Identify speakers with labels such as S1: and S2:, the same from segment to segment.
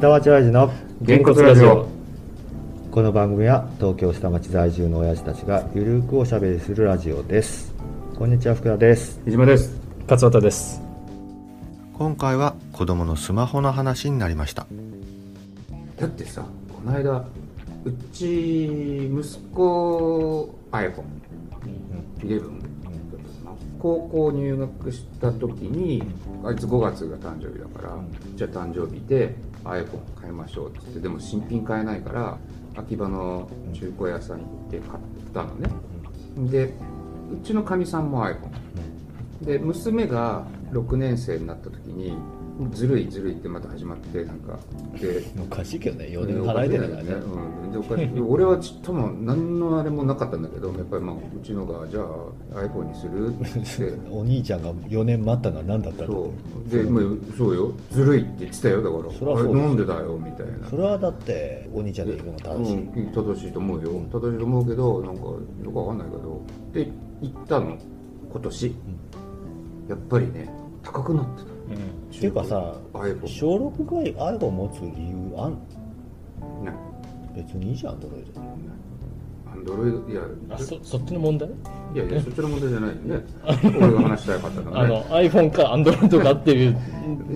S1: 下町ラジの
S2: げんこつラジオ
S1: この番組は東京下町在住の親父たちがゆるくおしゃべりするラジオですこんにちは福田です
S2: 飯島です
S3: 勝俣です
S1: 今回は子供のスマホの話になりました
S2: だってさこの間うち息子 iPhone11 高校入学した時にあいつ5月が誕生日だからじゃあ誕生日で iPhone 買いましょうって言ってでも新品買えないから秋葉の中古屋さん行って買ったのねでうちのかみさんも iPhone で娘が6年生になった時にずるいずるいってまた始まってなんかで
S3: おかしいけどね4年払えてないからね
S2: うん、でおかしい 俺はちっとも何のあれもなかったんだけどやっぱりまあうちのがじゃあ iPhone にするって
S3: お兄ちゃんが4年待ったのは何だったんだ
S2: そ
S3: と
S2: うでまあそうよずるいって言ってたよだから
S3: そりゃ
S2: あ
S3: そう
S2: れ
S3: だ
S2: なんでだよみたいな
S3: それはだってお兄ちゃんで行くのが正
S2: う
S3: しい、
S2: ん、正しいと思うよ正しいと思うけどなんかよくわかんないけどで行ったの今年、やっぱりね高くなってた
S3: っていうかさ
S2: iPhone
S3: 小6ぐらい iPhone 持つ理由あん
S2: ね
S3: 別にいいじゃんドロイ
S2: アンドロイドいや
S4: あそそっちの問題、
S2: いやいやそっちの問題じゃないよね 俺が話したかったのは
S4: あ
S2: ね
S4: の iPhone か Android かっていう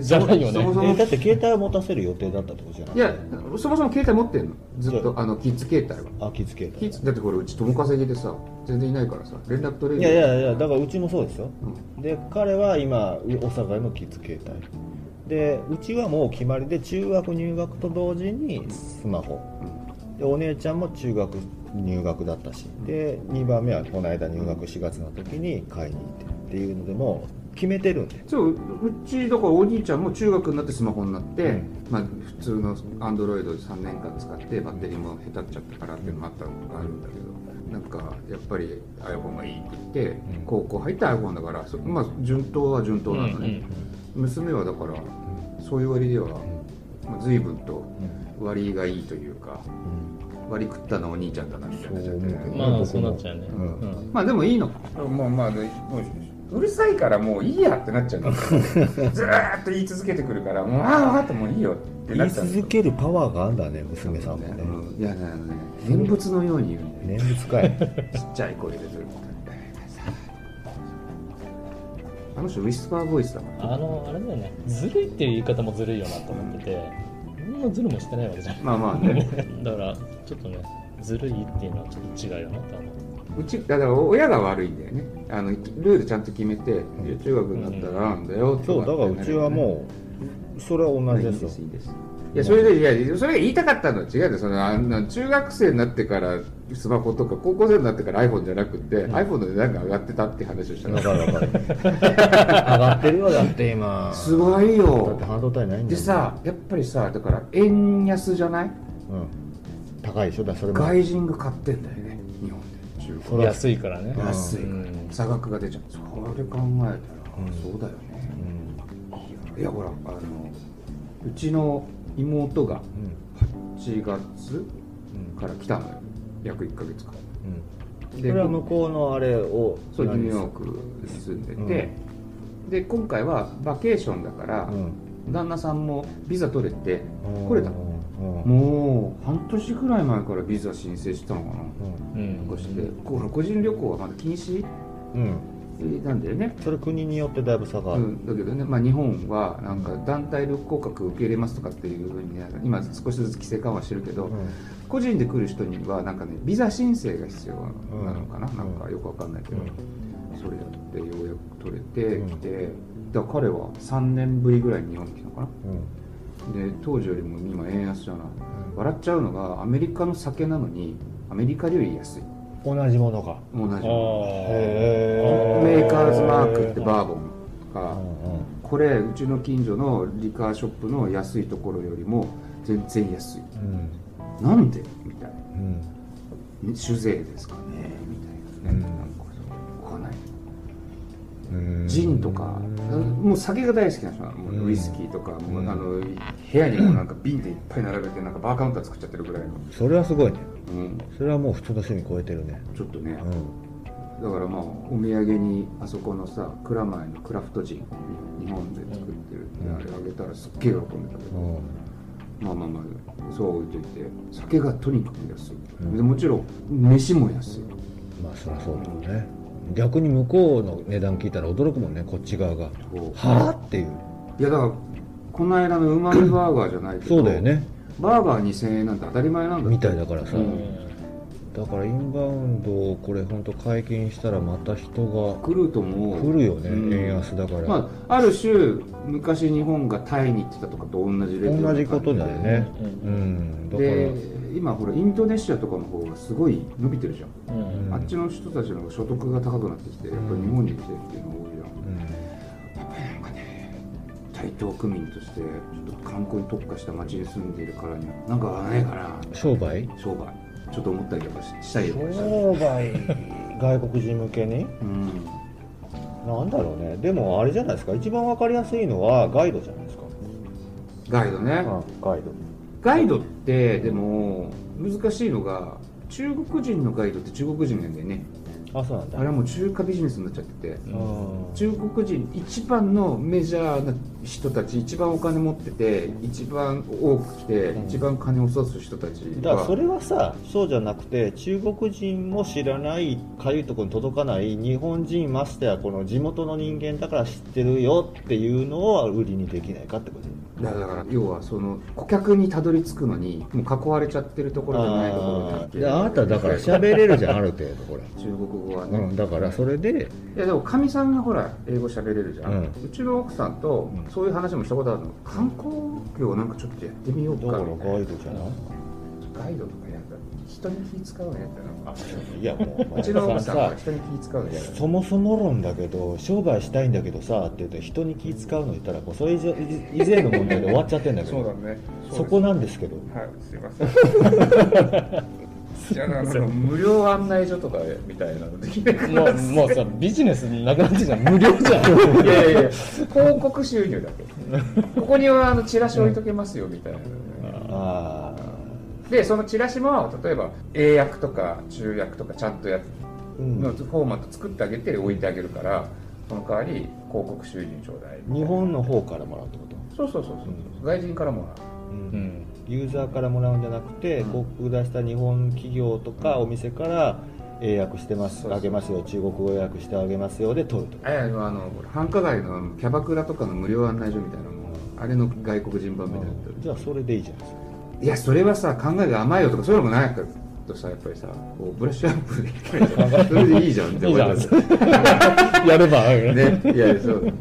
S4: じゃないよ
S2: そも
S4: ね
S2: そ
S3: ド
S2: も
S3: えだって携帯を持たせる予定だったってことじゃない
S2: いやそもそも携帯持ってんのずっ
S3: そ
S2: とあのキッズ携帯は
S3: あ気付け
S2: キ
S3: た
S2: ッズだってこれうち友稼ぎでさ全然いないからさ連絡取れ
S3: い
S2: る
S3: やいやいやだからうちもそうですよ、
S2: う
S3: で彼は今大阪のキッズ携帯でうちはもう決まりで中学入学と同時にスマホ、でお姉ちゃんも中学入学だったしで2番目はこの間入学4月の時に買いに行ってっていうのでもう決めてるんで
S2: そうううちだからお兄ちゃんも中学になってスマホになって、まあ、普通のアンドロイド3年間使ってバッテリーも下手っちゃったからっていうのもあったのがあるんだけどなんかやっぱり iPhone がいいって言って高校入った iPhone だからそまあ順当は順当なのね、娘はだからそういう割では、まあ、随分と割がいいというか、割り食ったのお兄ちゃんだなみたいになっちゃって
S3: そう思うけど
S4: まあそうなっちゃうね、うんん
S2: まあでもいいのもうまあもううるさいからもういいやってなっちゃ うのずーっと言い続けてくるからもうあああともういいよって
S3: 言い続けるパワーがあんだね娘さんもね、
S2: いやねあのね念仏のように言うんだ
S3: 念
S2: よ
S3: 仏か い
S2: ちっちゃい声でずっとあの人ウィスパーボイスだから
S4: あのあれだよねずるいっていう言い方もずるいよなと思ってて何のずるもしてないわけじゃん
S2: まあまあね
S4: だからちょっとねずるいっていうのはちょっと違うよなと思う
S2: うちだから親が悪いんだよねあのルールちゃんと決めて中学になったらなんだよ
S3: そうだからうちはもうそれは同じで
S2: いい
S3: すよ
S2: ですいいですいやそれでいやそれが言いたかったのは違うよそのあんな中学生になってからスマホとか高校生になってから iPhone じゃなくて、iPhone の値段が上がってたって話をした
S3: わか
S2: の
S3: るわ かる上がってるよだって今
S2: すごい
S3: だっ
S2: よ
S3: て半導体ないんだ
S2: で
S3: もん
S2: さやっぱりさだから円安じゃない
S3: うん、高いでしょだからそれも
S2: 外人が買ってんだよね日本で中
S3: そ
S2: 古
S3: ら
S4: 安いからね
S2: 安いから、
S4: うん
S2: 差額が出ちゃうそれ考えたら、そうだよね、いやいやほらあのうちの妹が8月から来たのよ、約1か月間
S3: うんそ
S2: で
S3: れは向こうのあれを
S2: そうニュー
S3: 何
S2: ヨークに住んでて、で今回はバケーションだから、
S3: うん
S2: 旦那さんもビザ取れて
S3: うん
S2: 来れたの
S3: うん
S2: もう半年くらい前からビザ申請したのかな
S3: うん
S4: うん
S2: なんかしてこう個人旅行はまだ禁止
S3: うん
S2: なんだよね
S3: それ国によってだいぶ差があ
S2: う
S3: る、
S2: ん、だけどね、まあ、日本はなんか団体旅行客受け入れますとかっていうふうに、ね、今少しずつ規制緩和してるけど、個人で来る人にはなんかねビザ申請が必要なのかな、
S3: うん
S2: なんかよくわかんないけど、
S3: うん
S2: それやってようやく取れて
S3: うん
S2: 来て、だから彼は3年ぶりぐらいに日本に来たのかな
S3: うん
S2: で当時よりも今円安じゃない、笑っちゃうのがアメリカの酒なのにアメリカより安い
S3: 同じものが
S2: 同じ
S4: あ
S3: へ
S2: メーカーズマークってバーボンとか、
S3: うんうん
S2: これうちの近所のリカーショップの安いところよりも全然安い
S3: うん
S2: なんでみたいな
S3: うん
S2: 酒税ですかねみたいなね、なんかそうわかんない
S3: うん
S2: ジンとか、もう酒が大好きな人なのもうウイスキーとか、もうあの部屋にもなんか瓶でいっぱい並べてなんかバーカウンター作っちゃってるぐらいの、
S3: それはすごいね
S2: うん、
S3: それはもう普通の趣味超えてるね
S2: ちょっとね、
S3: うん
S2: だからまあお土産にあそこのさ蔵前のクラフトジン日本で作ってるってあれあげたらすっげえ喜んでたけど、
S3: うん
S2: まあまあまあそう置いといて酒がとにかく安い、でもちろん飯も安い
S3: まあそりゃそうだろうね逆に向こうの値段聞いたら驚くもんねこっち側が
S2: そう
S3: はあっていう
S2: いやだからこの間のうまみバーガーじゃないけど
S3: そうだよね
S2: バーガー2000円なんて当たり前なんだ
S3: みたいだからさ、
S4: うん
S3: だからインバウンドをこれ本当解禁したらまた人
S2: 来ると
S3: が
S2: も
S3: 来
S2: う
S3: るよね、
S2: うん
S3: 円安だから、
S2: まあ、ある種昔日本がタイに行ってたとかと同じレベル
S3: 同じことだよね
S4: う
S3: うんんだから
S2: で今ほらインドネシアとかの方がすごい伸びてるじゃん、
S4: うん
S3: ん
S2: あっちの人たちの方が所得が高くなってきてやっぱり日本に来てるっていうのが多いじゃ
S3: う、
S2: ん、やっぱりなんかね台東区民としてちょっと観光に特化した町に住んでいるからにはなんかないかなん
S3: 商売
S2: 商売ちょっと思ったりとかししたりとかしたり
S3: 商売外国人向けに
S2: うん
S3: なんだろうねでもあれじゃないですか一番わかりやすいのはガイドじゃないですか、
S2: ガイドね、
S3: ガイド
S2: ガイドってでも難しいのが中国人のガイドって中国人なんだよね
S3: あそうなんだ
S2: あれはもう中華ビジネスになっちゃってて
S3: うん
S2: 中国人一番のメジャーな人たち一番お金持ってて一番多く来て
S3: うん
S2: 一番金を落とす人たち
S3: だからそ
S2: は
S3: れはさそうじゃなくて中国人も知らないかゆいところに届かない日本人ましてやこの地元の人間だから知ってるよっていうのを売りにできないかってこと
S2: だから要はその顧客にたどり着くのにもう囲われちゃってるところじゃないところで
S3: いやあなただから喋れるじゃんある程度ほら、
S2: 中国語はね、
S3: うん、だからそれで
S2: いやでもかみさんがほら英語喋れるじゃん、
S3: う
S2: うんちの奥さんと
S3: うん
S2: そういう話もしたことあるの観光業なんかちょっとやってみよう
S3: だ
S2: か
S3: から
S2: みたい
S3: ガ
S2: な
S3: イドじゃない
S2: ガイドとかやったら人に気使うのやったら
S3: いやもう
S2: うちの奥さんは人に気使うのやったら
S3: そもそも論だけど商売したいんだけどさって言うと人に気使うの言ったらもうそれ以上以前の問題で終わっちゃってんだけど
S2: ね
S3: そこなんですけど
S2: はいすいません じゃあなんか無料案内所とかみたいなのできないか
S4: もうもうさビジネスなくなってじゃん無料じゃん
S2: いやいやいや広告収入だけここにはあのチラシ置いとけますよみたいなのね、
S3: あ
S2: でそのチラシも例えば英訳とか中訳とかちゃんとやっ
S3: あ
S2: のフォーマット作ってあげて置いてあげるからその代わり広告収入ちょうだい
S3: 日本の方からもらうってこと、
S2: そうそうそうそう、外人からもらう
S4: うん
S3: ユーザーからもらうんじゃなくて、
S2: うん
S3: 広告出した日本企業とかお店から英訳してます
S2: そうそう
S3: あげますよ中国語訳してあげますよで取ると
S2: あいやあのほら繁華街のキャバクラとかの無料案内所みたいなのもあれの外国人版みたいなの
S3: じゃあそれでいいじゃないですか
S2: いやそれはさ考えが甘いよとかそういうのもないからとさやっぱりさこうブラッシュアップできないじ ゃんそれでいいじゃんって
S4: いいじゃん
S2: 終わ り
S4: やれば
S2: だねいやいやそう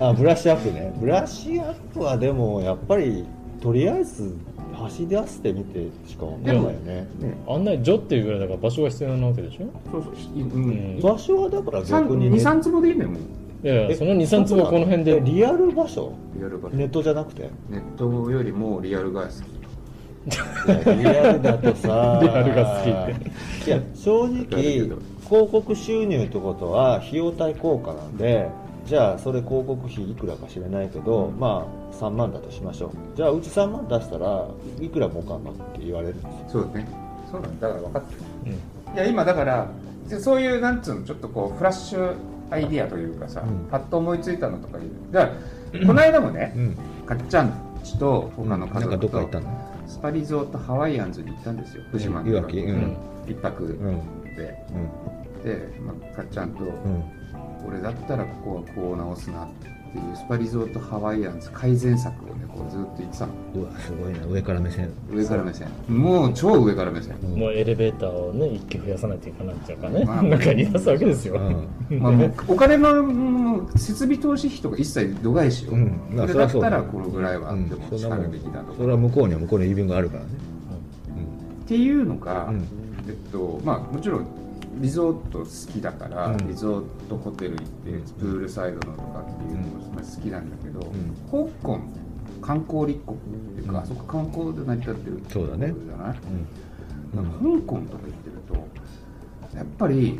S3: あブラッシュアップねブラッシュアップはでもやっぱりとりあえず走り出してみてしか思わないよね
S2: ね
S4: 案内所っていうぐらいだから場所が必要なわけでしょ
S2: そうそううん
S4: うん
S3: 場所はだから逆に、ね、
S2: 23坪でいいねもう
S4: いやい
S3: え
S4: やその23坪はこの辺で
S3: えリアル場所
S2: リアルバ
S3: ネットじゃなくて
S2: ネットよりもリアルが好き
S3: いやリアルだとさ
S4: リアルが好き
S3: っていや正直広告収入ってことは費用対効果なんでじゃあそれ広告費いくらか知らないけど、まあ3万だとしましょうじゃあうち3万出したらいくら儲かんのって言われるんですよ
S2: そうだねそうなんだだから分かってる
S4: うん
S2: いや今だからでそういうなんつうのちょっとこうフラッシュアイディアというかさ、
S3: うん
S2: パッと思いついたのとかいうだからこの間もね、
S3: ん
S2: かっちゃんちと他の家
S3: なんか
S2: 族
S3: どっか行っ
S2: と
S3: たの
S2: スパリゾートハワイアンズに行ったんですよ福島の
S3: いわきう
S4: うんん
S2: 一泊
S3: うん
S2: で、
S3: うん
S2: で、まあ、かっちゃんと、
S3: うん
S2: 俺だったらここはこう直すなっていうスパリゾートハワイアンズ改善策をねこうずっと言ってたの
S3: うわすごいな上から目線
S2: 上から目線もう超上から目線
S4: もうエレベーターをね一気増やさないといけないっていうかね、
S2: まあ
S4: なんか言い出すわけですよ、
S3: うん
S2: まあ、もうお金のもう設備投資費とか一切度外視を、
S3: うんまあ そ
S2: それ
S3: り
S2: だ
S3: ゃ
S2: っ
S3: そうだ
S2: たらこのぐらいはあっても
S3: うんそん
S2: し
S3: な
S2: か
S3: もん
S2: るべきだとか、
S3: それは向こうには向こうの言い分があるからね
S2: っていうのが、
S3: うん
S2: えっとまあ、もちろんリゾート好きだから、
S3: うん
S2: リゾートホテル行って
S3: うん
S2: プールサイドのとかっていうのもまあ好きなんだけど、
S3: ん
S2: 香港観光立国っていうか、
S3: うん
S2: あそこ観光で成り立ってる
S3: そうだね
S2: ところじゃない
S3: うん
S2: なんか香港とか行ってるとやっぱり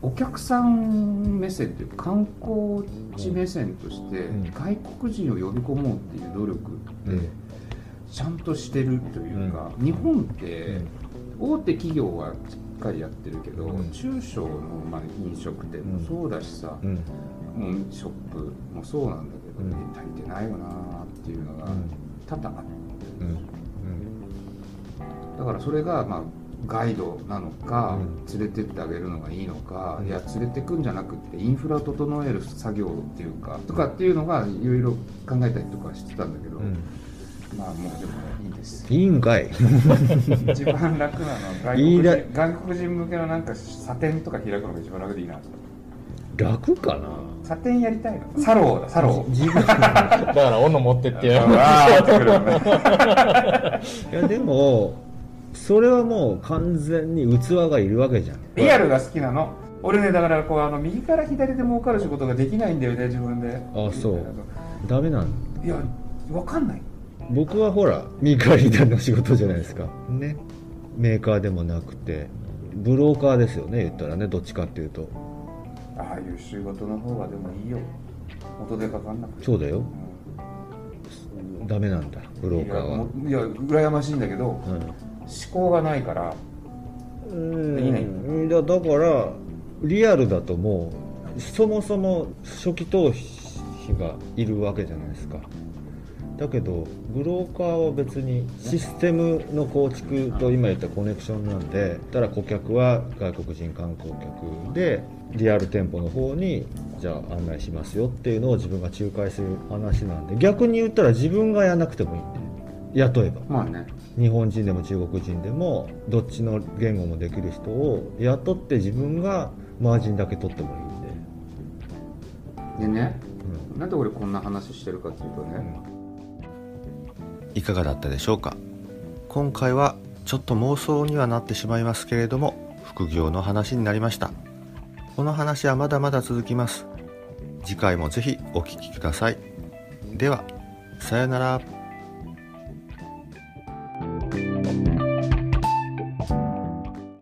S2: お客さん目線というか観光地目線として
S3: うん
S2: 外国人を呼び込もうっていう努力
S3: うんうん
S2: ちゃんとしてるというか、日本って大手企業はしっかりやってるけど、
S3: うん
S2: 中小のまあ飲食店もそうだしさ、
S3: うん
S2: もうショップもそうなんだけど、
S3: うん
S2: 足りてないよなっていうのが
S3: うん
S2: 多々ある
S3: うん
S2: だからそれがまあガイドなの
S3: う
S2: か、連れてってあげるのがいいのか、
S3: うん
S2: いや連れてくんじゃなくてインフラを整える作業っていうかとかっていうのがいろいろ考えたりとかしてたんだけど、
S3: うんうん
S2: まあもうでもいいです
S3: いいんかい
S2: 一番楽な のは外
S3: 言い
S2: 国
S3: だ
S2: 人外国人向けのなんか査定とか開くのが一番楽でいいな
S3: 楽かな
S2: 査定やりたいのサローだサロー
S3: 自分
S4: だから斧持ってってよ
S2: あーってくるよ ね
S3: いやでもそれはもう完全に器がいるわけじゃん
S2: リアルが好きなの俺ねだからこうあの右から左で儲かる仕事ができないんだよね自分で
S3: あそうダメなの
S2: いやわかんない
S3: 僕はほら右から左の仕事じゃないですかねメーカーでもなくてブローカーですよね言ったらねどっちかっていうと
S2: ああいう仕事の方がでもいいよ元手かかんなくて
S3: そうだよ
S2: うん
S3: ダメなんだブローカーは
S2: やもいや羨ましいんだけど思考がないから
S3: うん
S2: できない
S3: うんだだからリアルだともうそもそも初期投資がいるわけじゃないですかだけどブローカーは別にシステムの構築と今言ったコネクションなんでただ顧客は外国人観光客でリアル店舗の方にじゃあ案内しますよっていうのを自分が仲介する話なんで逆に言ったら自分がやらなくてもいいんで雇えば
S2: まあね
S3: 日本人でも中国人でもどっちの言語もできる人を雇って自分がマージンだけ取ってもいいんで、
S2: でね
S3: うん
S2: なんで俺こんな話してるかっていうとね、
S5: いかがだったでしょうか今回はちょっと妄想にはなってしまいますけれども副業の話になりましたこの話はまだまだ続きます次回もぜひお聞きくださいではさようなら